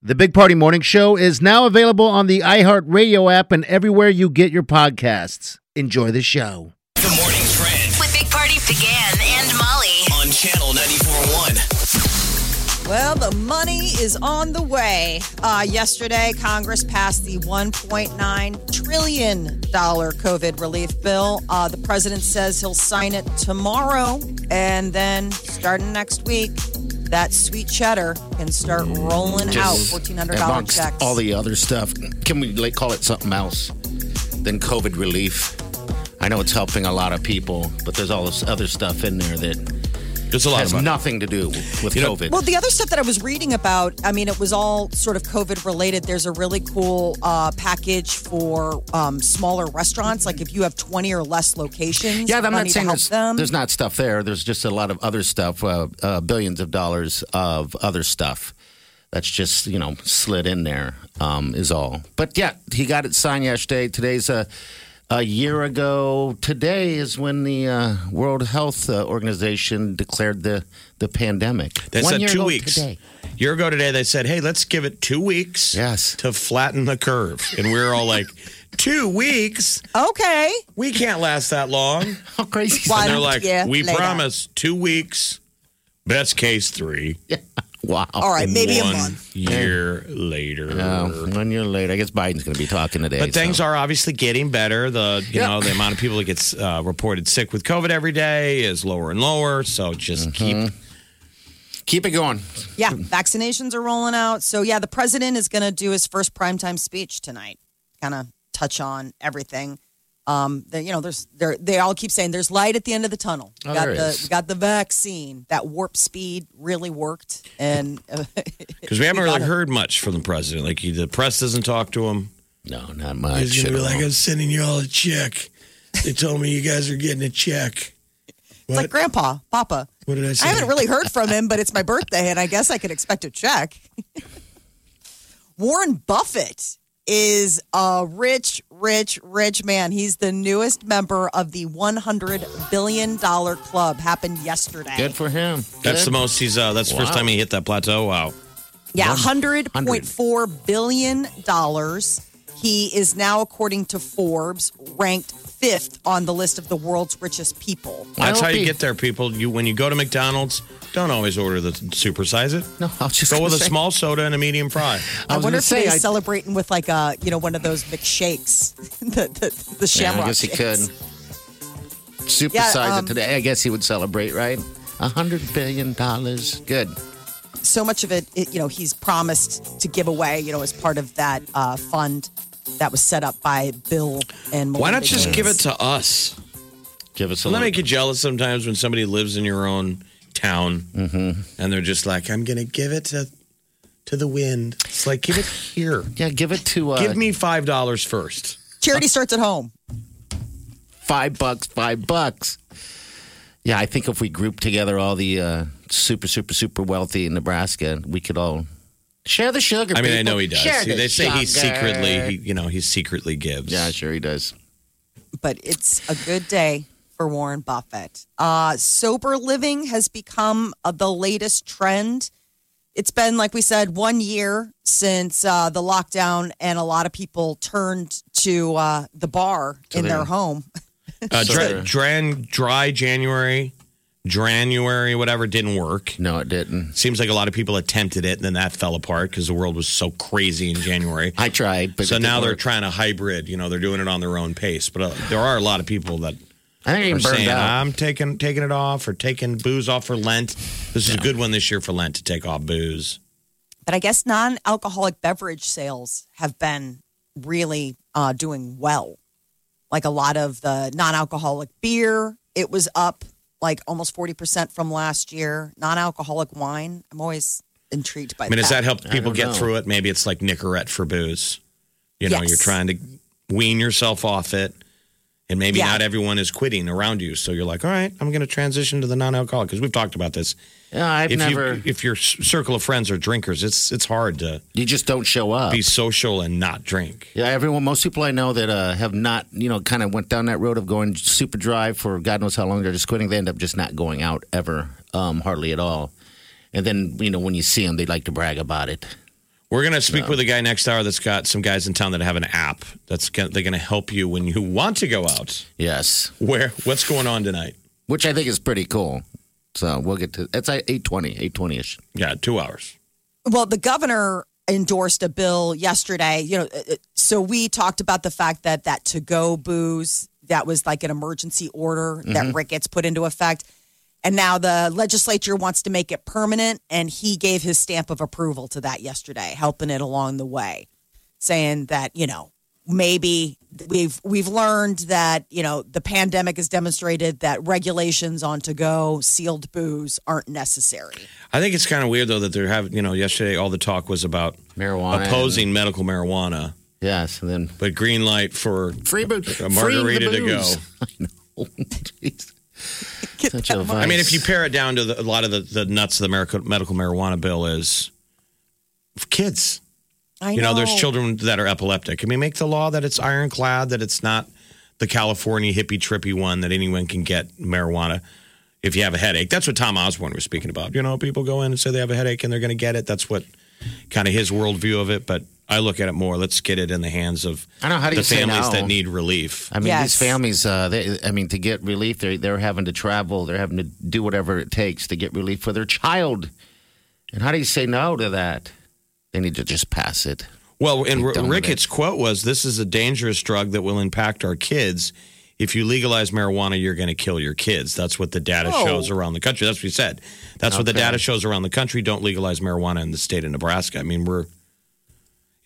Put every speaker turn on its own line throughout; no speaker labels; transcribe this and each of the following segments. The Big Party Morning Show is now available on the iHeartRadio app and everywhere you get your podcasts. Enjoy the show.
The morning trend
with Big Party began and Molly.
on channel 94.1.
Well, the money is on the way. Uh, yesterday, Congress passed the $1.9 trillion COVID relief bill. Uh, the president says he'll sign it tomorrow. And then starting next week, that sweet cheddar can start rolling out $1,400
Mm, amongst
checks.
all the other stuff. Can we like, call it something else than COVID relief? I know it's helping a lot of people, but there's all this other stuff in there that
There's a lot
has
of money.
nothing to do with
You know-
COVID.
Well, the other stuff that I was reading about, I mean, it was all sort of COVID related. There's a really cool uh, package for um, smaller restaurants, like if you have 20 or less locations.
yeah, I'm not
money to
saying
help
there's,
them.
there's not stuff there. There's just a lot of other stuff, uh, uh, billions of dollars of other stuff that's just you know slid in there um, is all. But yeah, he got it signed yesterday. Today's a a year ago. Today is when the uh, World Health uh, Organization declared the the pandemic.
They
One
said
year
two
ago
weeks.
today.
Year ago today, they said, "Hey, let's give it two weeks
Yes.
to flatten the curve," and we are all like, two weeks?
Okay.
We can't last that long."
How crazy! is
Why
that?
And they're like,
Yeah,
"We
later.
promise two weeks. Best case three.
Wow.
All right. Maybe
one
a month.
year later."
Uh, one year later, I guess Biden's going to be talking today.
But things
so.
are obviously getting better. The you
Yeah.
know the amount of people that gets uh, reported sick with COVID every day is lower and lower. So just keep
keep it going.
Yeah. Vaccinations are rolling out. So, yeah, the president is going to do his first primetime speech tonight, kind of touch on everything. Um, they, you know, there's they're, they all keep saying there's light at the end of the tunnel. We
Oh,
got
there
the
is.
we got the vaccine. That warp speed really worked, and uh,
because we haven't
got
really
it.
heard much from the president. Like he, the press doesn't talk to him.
No, not much.
He's gonna be
at
like,
all.
I'm sending you all a check. They told me you guys are getting a check.
it's like Grandpa, Papa.
What did I say?
I haven't really heard from him, but it's my birthday, and I guess I could expect a check. Warren Buffett is a rich, rich, rich man. He's the newest member of the $100 billion club. Happened yesterday.
Good for him.
That's the
Good.
most he's. Uh, that's the first
Wow.
time he hit that plateau. Wow.
Yeah,
Hundred.
hundred point four billion dollars. He is now, according to Forbes, ranked fifth on the list of the world's richest people.
That's
don't
how you
be-
get there, people. You when you go to McDonald's, don't always order the supersize it.
No, I was just
Go
gonna
with a
say-
small soda and a medium fry.
I, wonder
was gonna
if he's
I-
celebrating with like a you know one of those McShakes, the the, the
Yeah,
shamrock.
I guess he could.
shakes.
Supersize
Yeah, um,
it today. I guess he would celebrate, right? A hundred billion dollars. Good.
so much of it, it, you know, he's promised to give away, you know, as part of that uh, fund that was set up by Bill and Melinda
Why not just
Gates.
give it to us?
Give us a
Doesn't that
little.
make you jealous sometimes when somebody lives in your own town and they're just like, I'm gonna give it to to the wind. It's like give it here.
yeah, give it to uh,
give me five dollars first.
Charity starts at home.
five bucks. Five bucks. Yeah, I think if we group together all the uh, super, super, super wealthy in Nebraska, we could all share the sugar.
I mean, I
people.
know he does.
Share the
they say he
sugar.
secretly, he, you know, he secretly gives.
Yeah, sure he does.
but it's a good day for Warren Buffett. Uh, sober living has become uh, the latest trend. It's been, like we said, one year since uh, the lockdown, and a lot of people turned to uh, the bar in their home.
Uh,
Sure.
dra- dran- dry January, January, whatever, didn't work.
No, it didn't.
Seems like a lot of people attempted it, and then that fell apart because the world was so crazy in January.
I tried, but
so
it didn't
now they're
work.
trying to hybrid. You know, they're doing it on their own pace. But uh, there are a lot of people that
I think he
are
burned
saying,
out.
"I'm taking taking it off or taking booze off for Lent." This is a good one this year for Lent to take off booze.
But I guess non alcoholic beverage sales have been really uh, doing well. Like a lot of the non alcoholic beer, it was up like almost 40% from last year. Non alcoholic wine, I'm always intrigued by
I mean, does that help people
don't
get
know.
through it? Maybe it's like Nicorette for booze. You know,
Yes.
you're trying to wean yourself off it, and maybe
Yeah.
not everyone is quitting around you. So you're like, all right, I'm going to transition to the non-alcoholic because we've talked about this.
Yeah, I've
if
never. You,
you if your s- circle of friends are drinkers, it's it's hard to
just don't show up.
be social and not drink.
Yeah, everyone. Most people I know that uh, have not, you know, kind of went down that road of going super dry for God knows how long. They're just quitting. They end up just not going out ever, um, hardly at all. And then you know when you see them, they like to brag about it.
We're going to speak with a guy next hour that's got some guys in town that have an app that's gonna, they're going to help you when you want to go out.
Yes,
Where what's going on tonight?
which I think is pretty cool. So we'll get to. It's at eight twenty, eight twenty ish.
Yeah, two hours.
Well, the governor endorsed a bill yesterday. You know, uh, uh, so we talked about the fact that that to-go booze that was like an emergency order
Mm-hmm.
that Ricketts put into effect, and now the legislature wants to make it permanent. And he gave his stamp of approval to that yesterday, helping it along the way, saying that you know maybe we've we've learned that you know the pandemic has demonstrated that regulations on to go sealed booze aren't necessary.
I think it's kind of weird though that they're having. You know, yesterday all the talk was about
Marijuana.
opposing medical marijuana,
Yes, and then
but green light for
free booze.
A margarita to go.
I know. Jeez. Such a vice.
I mean, if you pare it down to the, a lot of the, the nuts of the America, medical marijuana bill is for kids.
I
You know, there's children that are epileptic. I mean, make the law that it's ironclad, that it's not the California hippie trippy one that anyone can get marijuana if you have a headache. That's what Tom Osborne was speaking about. You know, people go in and say they have a headache and they're going to get it. That's what kind of his worldview of it. But I look at it more. Let's get it in the hands of
I know, how do
the
you say
families
no?
that need relief.
I mean,
Yes.
these families, uh, they, I mean, to get relief, they're, they're having to travel. They're having to do whatever it takes to get relief for their child. And how do you say no to that? They need to just pass it.
Well, and
Like
R-
dominant.
Ricketts' quote was, "This is a dangerous drug that will impact our kids. If you legalize marijuana, you're going to kill your kids." That's what the data
Oh.
shows around the country. That's what he said. That's what the data shows around the country. Don't legalize marijuana in the state of Nebraska. I mean, we're.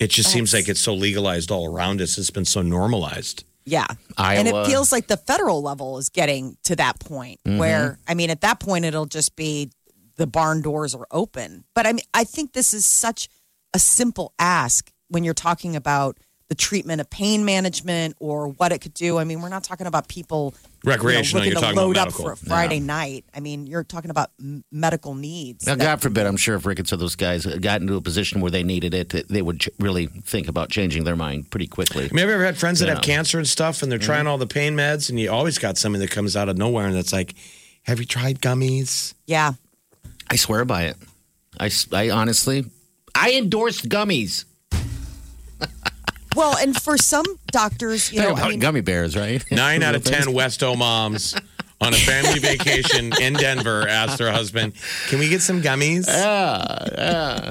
It just seems like it's so legalized all around us. It's been so normalized.
Yeah. And
Iowa. Mm-hmm.
it feels like the federal level is getting to that point where, I mean, at that point, it'll just be the barn doors are open. But I mean, I think this is such a simple ask when you're talking about the treatment of pain management or what it could do. I mean, we're not talking about people you know,
Recreational,
looking
you're
to
talking about
load
medical.
up for a Friday night. I mean, you're talking about m- medical needs.
Now, God forbid, I'm sure if Ricketts or those guys got into a position where they needed it, that they would ch- really think about changing their mind pretty quickly.
I mean, have you ever had friends that have cancer and stuff, and they're trying
Mm-hmm.
all the pain meds, and you always got something that comes out of nowhere, and that's like, "Have you tried gummies?"
yeah.
I swear by it. I, s- I honestly, I endorsed gummies.
Well, and for some doctors, you
Talk
know,
about
I mean,
gummy bears, right?
Nine out of ten Westo moms on a family vacation in Denver asked their husband, "Can we get some gummies?"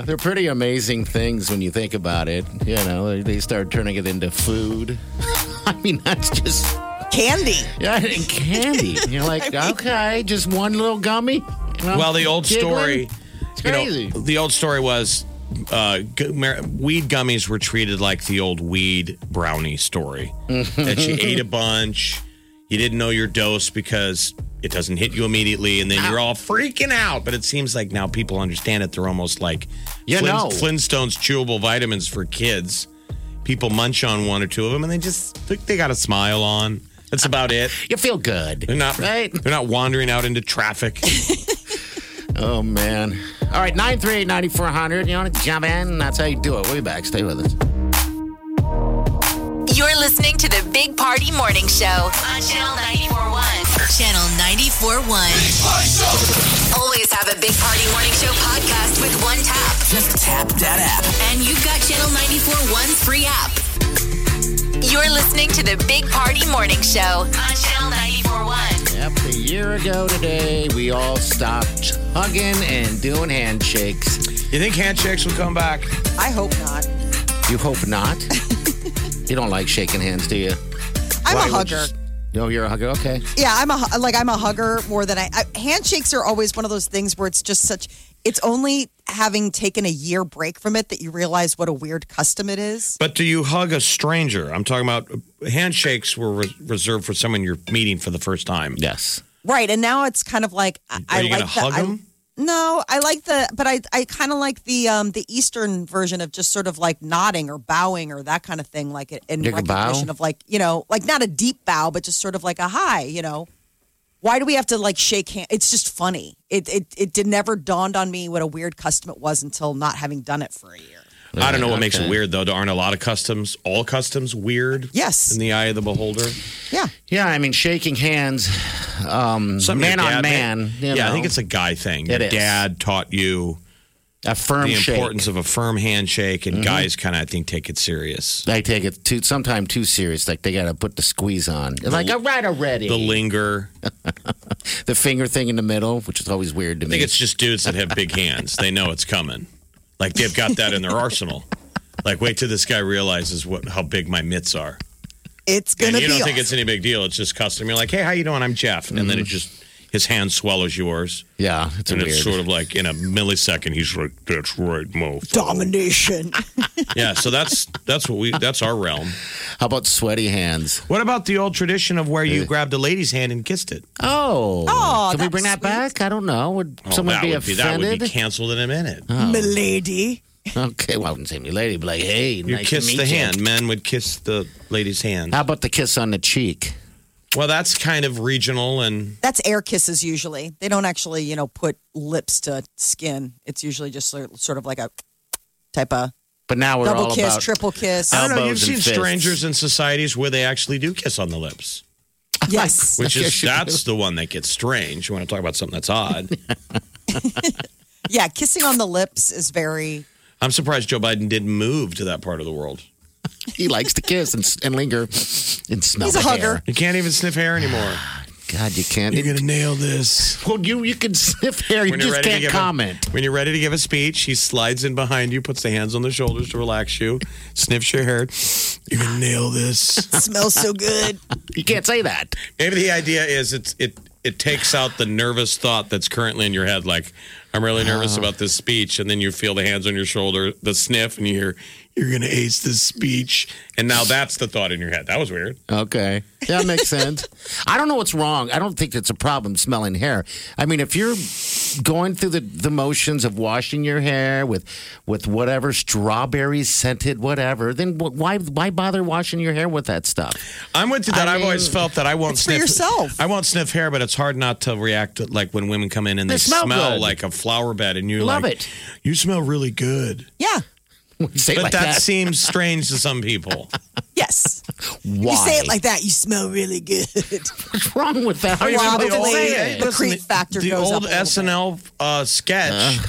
They're pretty amazing things when you think about it. You know, they- they start turning it into food. I mean, that's just
candy.
yeah, and candy. You're like, okay, just one little gummy. And I'm
well, the old
giggling?
story,
It's
you
crazy.
know, the old story was uh, gu- mar- weed gummies were treated like the old weed brownie story that you ate a bunch, you didn't know your dose because it doesn't hit you immediately, and then you're all freaking out. But it seems like now people understand it. They're almost like
You know.
Flintstones chewable vitamins for kids. People munch on one or two of them, and they just they got a smile on. That's about it.
you feel good.
They're not
right.
They're not wandering out into traffic.
Oh man. All right, nine three eight ninety four hundred. You want to jump in? That's how you do it. We'll be back. Stay with us.
You're listening to the Big Party Morning Show on Channel 941. Channel 941. Always have a Big Party Morning Show podcast with one tap. Just tap that app. And you've got Channel 941's free app. You're listening to the Big Party Morning Show on Channel 941.
Yep, a year ago today, we all stopped hugging and doing handshakes.
you think handshakes will come back?
I hope not.
You hope not. you don't like shaking hands, do you?
I'm
Why
a
would
hugger.
you s- No, you're a hugger. Okay.
Yeah, I'm a like I'm a hugger more than I, I handshakes are always one of those things where it's just such it's only having taken a year break from it that you realize what a weird custom it is.
But do you hug a stranger? I'm talking about handshakes were re- reserved for someone you're meeting for the first time.
Yes.
Right, and now it's kind of like I,
Are
I
you
like
gonna hug
the, I-
them?
No, I like the, but I, I kind of like the um the Eastern version of just sort of like nodding or bowing or that kind of thing, like in
You can bow?
recognition of like you know, like not a deep bow, but just sort of like a hi. You know, why do we have to like shake hands? It's just funny. It it it did never dawned on me what a weird custom it was until not having done it for a year.
I don't know what makes
Okay.
it weird though. There aren't a lot of customs, all customs weird.
Yes.
In the eye of the beholder.
Yeah,
Yeah, I mean, shaking hands, um,
Something
man
your
on
dad-
man. you
yeah, I
know,
think it's a guy thing. Your
It is.
dad taught you
a firm
the
shake. Mm-hmm.
importance of a firm handshake, and guys kind of, I think, take it serious.
They take it too, sometime too serious. Like they got to put the squeeze on. like, all right already.
The
The,
linger. I
finger thing in the middle, which is always weird to me.
think it's just dudes that have big hands. They know it's coming. Like they've got that in their arsenal. Like wait till this guy realizes what how big my mitts are.
it's
And
gonna
you
be.
don't think
off.
it's any big deal. It's just custom. You're like, hey, how you doing? I'm Jeff, and then it just his hand swallows yours,
yeah, it's
and
weird.
Mm-hmm. it's sort of like in a millisecond, he's like, that's right, Mo.
domination.
yeah, so that's that's what we that's our realm.
How about sweaty hands?
What about the old tradition of where you grabbed a lady's hand and kissed it?
Oh,
Oh,
can we
that's
bring that
sweet.
back? I don't know. Would
Oh,
someone
that
be
would be Oh, that would
offended?
be canceled in a minute.
Oh.
Milady.
okay, well, I wouldn't say me lady, but like, hey,
You
nice
kiss
to meet
the
you.
hand. Men would kiss the lady's hand.
How about the kiss on the cheek?
Well, that's kind of regional and
That's air kisses usually. They don't actually, you know, put lips to skin. It's usually just sort sort of like a type of
But now we're
double
all
kiss,
about
triple kiss.
I don't know. You've
Elbows and
seen
fists.
strangers in societies where they actually do kiss on the lips,
yes.
which is
Yes, you do.
that's the one that gets strange. You want to talk about something that's odd?
Yeah, kissing on the lips is very.
I'm surprised Joe Biden didn't move to that part of the world.
He likes to kiss and, and linger and smell.
He's a
the
hugger.
hair.
You can't even sniff hair anymore.
God, you can't.
You're gonna nail this.
well, you you can sniff hair. You just can't
give
comment.
A, when you're ready to give a speech, he slides in behind you, puts the hands on the shoulders to relax you, sniffs your hair.
You're gonna nail this.
It smells so good.
you can't say that.
Maybe the idea is it's it it takes out the nervous thought that's currently in your head, like I'm really
Uh-huh.
nervous about this speech, and then you feel the hands on your shoulder, the sniff, and you hear,
You're gonna ace this speech.
and now that's the thought in your head. That was weird.
Okay, that makes sense. I don't know what's wrong. I don't think it's a problem smelling hair. I mean, if you're going through the, the motions of washing your hair with with whatever strawberry scented whatever, then wh- why why bother washing your hair with that stuff?
I'm with you that
I
I have always
mean,
felt that I won't
it's for
sniff
yourself.
I won't sniff hair, but it's hard not to react to, like when women come in and they,
They smell good.
like a flower bed, and you
Love
like,
it.
You smell really good.
Yeah.
Say it
But
like
that,
that.
seems strange to some people.
Yes.
why?
You say it like that. You smell really good.
what's wrong with that?
you Probably
The old-
the creep factor
the
goes
old
up a little
SNL uh, sketch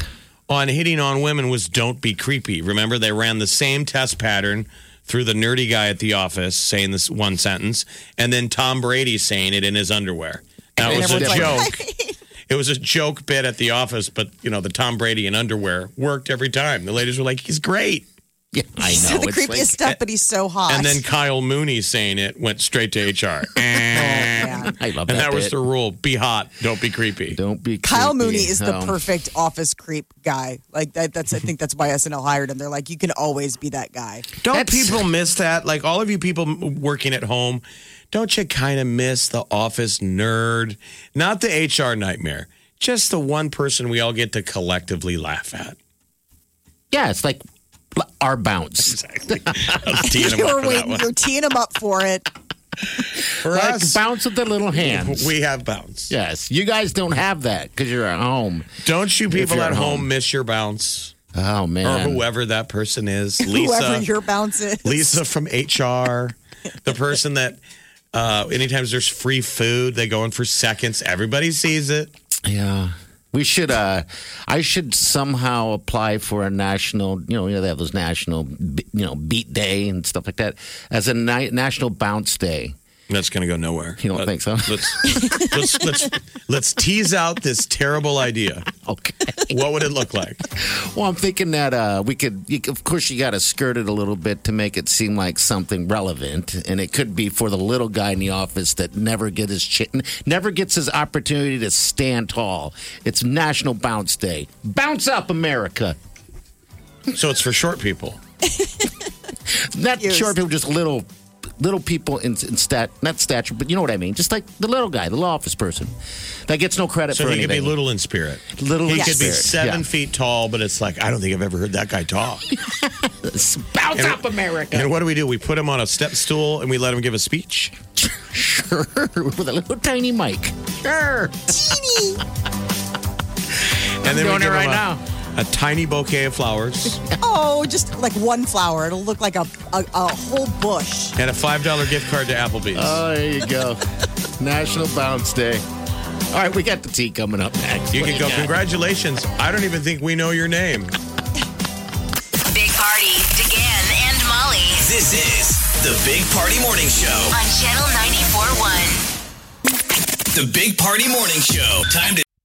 on hitting on women was "Don't be creepy." Remember, they ran the same test pattern through the nerdy guy at the office saying this one sentence, and then Tom Brady saying it in his underwear. That
And
was a
everyone's
joke. It was a joke bit at the office, but you know the Tom Brady in underwear worked every time. The ladies were like, "He's great,"
Yeah, I
He
know.
said the
it's
creepiest
like-
stuff, but he's so hot.
and then Kyle Mooney saying it went straight to HR,
Oh,
and
man.
I love that.
that was
bit.
the rule: be hot, don't be creepy.
Don't be
Kyle
creepy.
Mooney is the
Oh.
perfect office creep guy. Like that, that's I think that's why SNL hired him. They're like, you can always be that guy.
Don't
That's-
people miss that? Like all of you people m- working at home, don't you kind of miss the office nerd? Not the HR nightmare, just the one person we all get to collectively laugh at.
Yeah, it's like our bounce.
You were waiting. You're teeing him up for it.
For
Like
us,
bounce with the little hands.
we have bounce.
Yes, you guys don't have that because you're at home.
Don't you people
you're
at
at
home,
home.
miss your bounce
Oh
or
man,
whoever that person is?
Whoever
Lisa,
your bounce is.
Lisa from HR, the person that uh, anytime there's free food, they go in for seconds. Everybody sees it.
Yeah. We should uh I should somehow apply for a national, you know, you know they have those national you know beat day and stuff like that as a ni- national bounce day.
That's going to go nowhere. Uh,
You don't think so?
Let's, let's, let's, let's tease out this terrible idea.
Okay.
What would it look like?
well, I'm thinking that uh we could you, of course you got to skirt it a little bit to make it seem like something relevant and it could be for the little guy in the office that never get his ch- never gets his opportunity to stand tall. It's National Bounce Day. Bounce up America.
So it's for short people.
Not
Yes.
short people, just little little people in, in stat, not stature, but you know what I mean. Just like the little guy, the law office person that gets no credit
So
for
he could
anything.
be little in spirit.
Little
he
in
could be
spirit,
seven
yeah.
feet tall, but it's like I don't think I've ever heard that guy talk.
Bounce
And-
up, America.
And what do we do? We put him on a step stool and we let him give a speech.
sure, with a little tiny mic. Sure.
and
doing
then we uh,
it
give
right
him a,
now.
a tiny bouquet of flowers
Oh, just like one flower. It'll look like a, a, a whole bush.
and a five dollar gift card to Applebee's.
Oh, there you go. National Bounce Day. All right, we got the tea coming up next.
you
What
can
do
go.
got?
Congratulations! I don't even think we know your name.
Big Party, DeGan and Molly
This is the Big Party Morning Show.
on Channel 94.1.
The Big Party Morning Show. Time to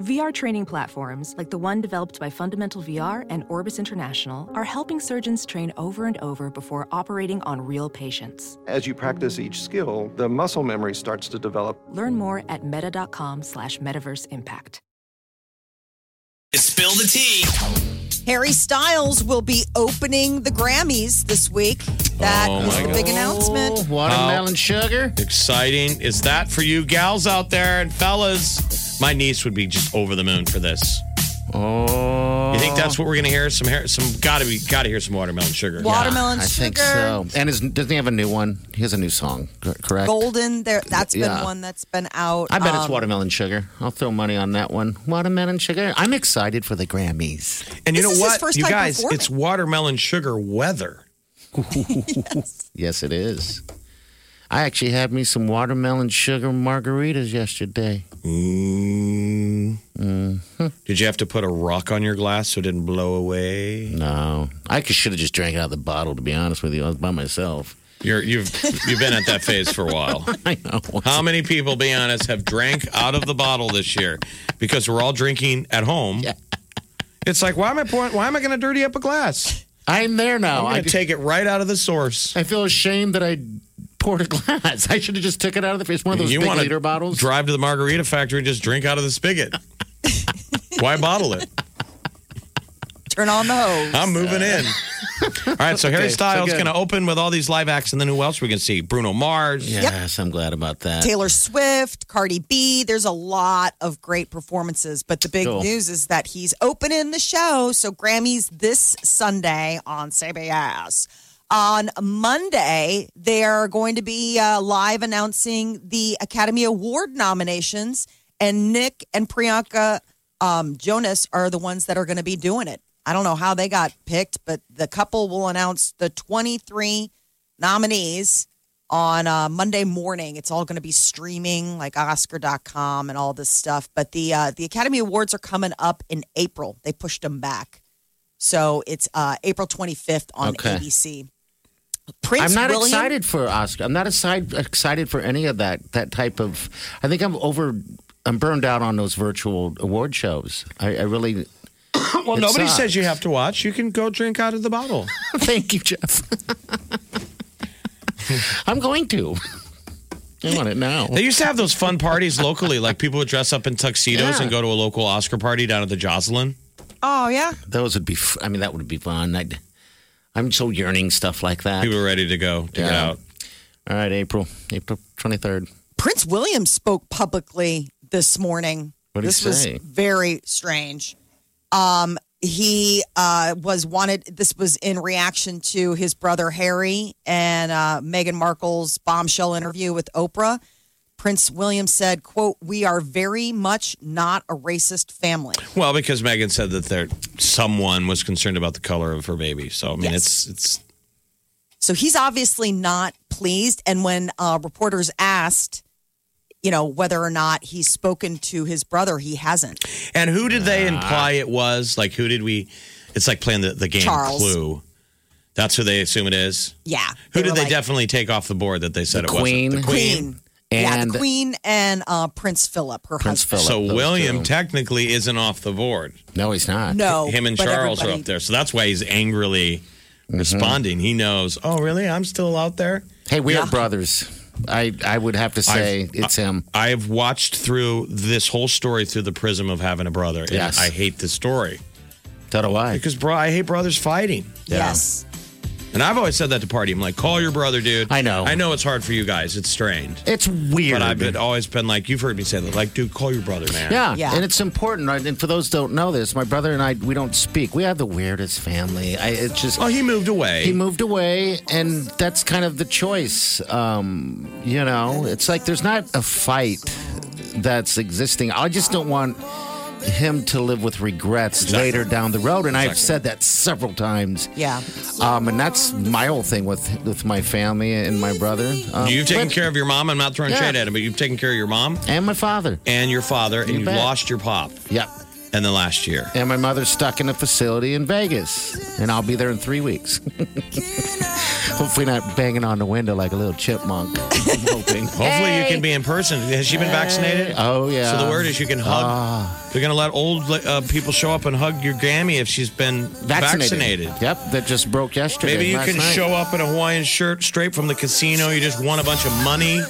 VR training platforms like the one developed by Fundamental VR and Orbis International are helping surgeons train over and over before operating on real patients.
As you practice each skill, the muscle memory starts to develop.
Learn more at meta.com slash metaverse impact.
spill the tea.
Harry Styles will be opening the Grammys this week. That
Oh,
was
my
the
God.
big
Oh,
announcement.
Oh.
Watermelon sugar.
Exciting! Is that for you gals out there and fellas? My niece would be just over the moon for this.
Oh.
You think that's what we're gonna hear? Some hair, some gotta be gotta hear some watermelon sugar.
Watermelon
I
sugar.
think so. And is, doesn't he have a new one? He has a new song, cor- correct?
Golden, there that's
Yeah.
been one that's been out.
I bet it's
Um,
watermelon sugar. I'll throw money on that one. Watermelon sugar. I'm excited for the Grammys.
And you
This
know
is his
what,
first
you
time
guys,
performing.
it's watermelon sugar weather.
Yes, it is. I actually had me some watermelon sugar margaritas yesterday.
Mm-hmm.
Did you have to put a rock on your glass so it didn't blow away?
No, I should have just drank it out of the bottle. To be honest with you, I was by myself.
You're, you've you've been at that phase for a while.
I know.
How many people, be honest, have drank out of the bottle this year? Because we're all drinking at home. It's like, why am I pouring, why am I going to dirty up a glass?
I'm there now.
I'm
I,
going to take it right out of the source.
I feel ashamed that I poured a glass. I should have just took it out of the. It's one of those big
wanna
liter bottles.
Drive to the margarita factory and just drink out of the spigot. why bottle it?
Turn on the hose.
I'm moving in. All right, so Harry
Okay, so
Styles
good.
going to open with all these live acts, and then who else we can see? Bruno Mars.
yes, I'm glad about that.
Taylor Swift, Cardi B. There's a lot of great performances, but the big
Cool.
news is that he's opening the show. So Grammys this Sunday on CBS. On Monday, they are going to be uh, live announcing the Academy Award nominations, and Nick and Priyanka um, Jonas are the ones that are going to be doing it. I don't know how they got picked, but the couple will announce the 23 nominees on uh, Monday morning. It's all going to be streaming like Oscar.com and all this stuff. But the uh, the Academy Awards are coming up in April. They pushed them back, so it's uh, April 25th on
Okay.
ABC. Prince
I'm not
William,
excited for Oscar. I'm not aside, excited for any of that that type of. I think I'm
oh,
over. I'm burned out on those virtual award shows. I, I really.
Well,
It
nobody
sucks.
says you have to watch. You can go drink out of the bottle.
Thank you, Jeff. I'm going to. I want it now.
They used to have those fun parties locally, like people would dress up in tuxedos
Yeah.
and go to a local Oscar party down at the Jocelyn.
Oh yeah,
Those would be. f- I mean, that would be fun. I'd, I'm so yearning stuff like that.
People were ready to go to get
Yeah.
out.
All right, April, April 23rd.
Prince William spoke publicly this morning.
What'd he
this was
say?
very strange. Um, he uh, was wanted. This was in reaction to his brother Harry and uh, Meghan Markle's bombshell interview with Oprah. Prince William said, "quote We are very much not a racist family."
Well, because Megan said that there someone was concerned about the color of her baby. So I mean, it's it's
So he's obviously not pleased. And when uh, reporters asked, you know, whether or not he's spoken to his brother, he hasn't.
and who did they imply it was? Like who did we? It's like playing the the game
Charles.
Clue. That's who they assume it is.
Yeah.
Who did
were
they
like-
definitely take off the board that they said it
Queen.
wasn't? The
Queen.
yeah,
And
the Queen and uh, Prince Philip, her
Prince
husband.
Philip.
So
those
William
two.
technically isn't off the board.
No, he's not.
No,
Him and
Oh, but
Charles are
everybody-
up there. So that's why he's angrily
Mm-hmm.
responding. He knows, oh, really? I'm still out there?
Hey, we are brothers. I, I would have to say
I've-
it's him.
I've watched through this whole story through the prism of having a brother. and
Yes.
I hate this story
So do I.
because, bro, I hate brothers fighting.
Yes.
And I've always said that to party. I'm like, call your brother, dude.
I know.
I know it's hard for you guys. It's strained.
It's weird.
But I've been, always been like, you've heard me say that. Like, dude, call your brother, man.
Yeah,
Yeah.
and it's important, right? And for those who don't know this, my brother and I, we don't speak. We have the weirdest family. I, it's just
Oh, he moved away.
he moved away, and that's kind of the choice. Um, you know, it's like there's not a fight that's existing. I just don't want him to live with regrets later down the road, and I've said that several times.
Yeah.
Um, and that's my whole thing with with my family and my brother. Um,
You've taken
but-
care of your mom. I'm not throwing
Yeah.
shade at him, but you've taken care of your mom
and my father.
and your father, and
You
you
bet.
lost your pop
Yep.
in the last year.
And my mother's stuck in a facility in Vegas. And I'll be there in three weeks. Hopefully, not banging on the window like a little chipmunk. I'm hoping.
Hopefully, you can be in person. Has she been vaccinated?
Oh, yeah.
So the word is you can hug.
Ah.
They're going to let old uh, people show up and hug your Grammy if she's been vaccinated.
Yep, that just broke yesterday.
Maybe you
last
can
night.
show up in a Hawaiian shirt straight from the casino. You just won a bunch of money.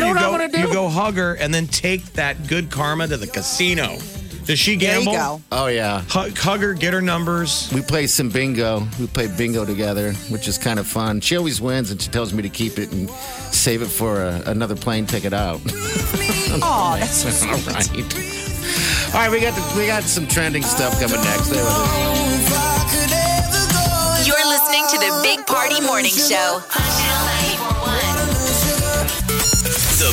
You know what I'm
you, go,
gonna do?
you go hug her and then take that good karma to the casino. Does she
There you
gamble?
go.
Oh, yeah.
Hug, hug her, get her numbers.
We play some bingo. We play bingo together, which is kind of fun. She always wins, and she tells me to keep it and save it for uh another plane ticket out.
Oh, that's so
All right. All right, we got the, we got some trending stuff coming next. Stay with us.
You're listening to the Big Party Morning Show on Channel 941.
The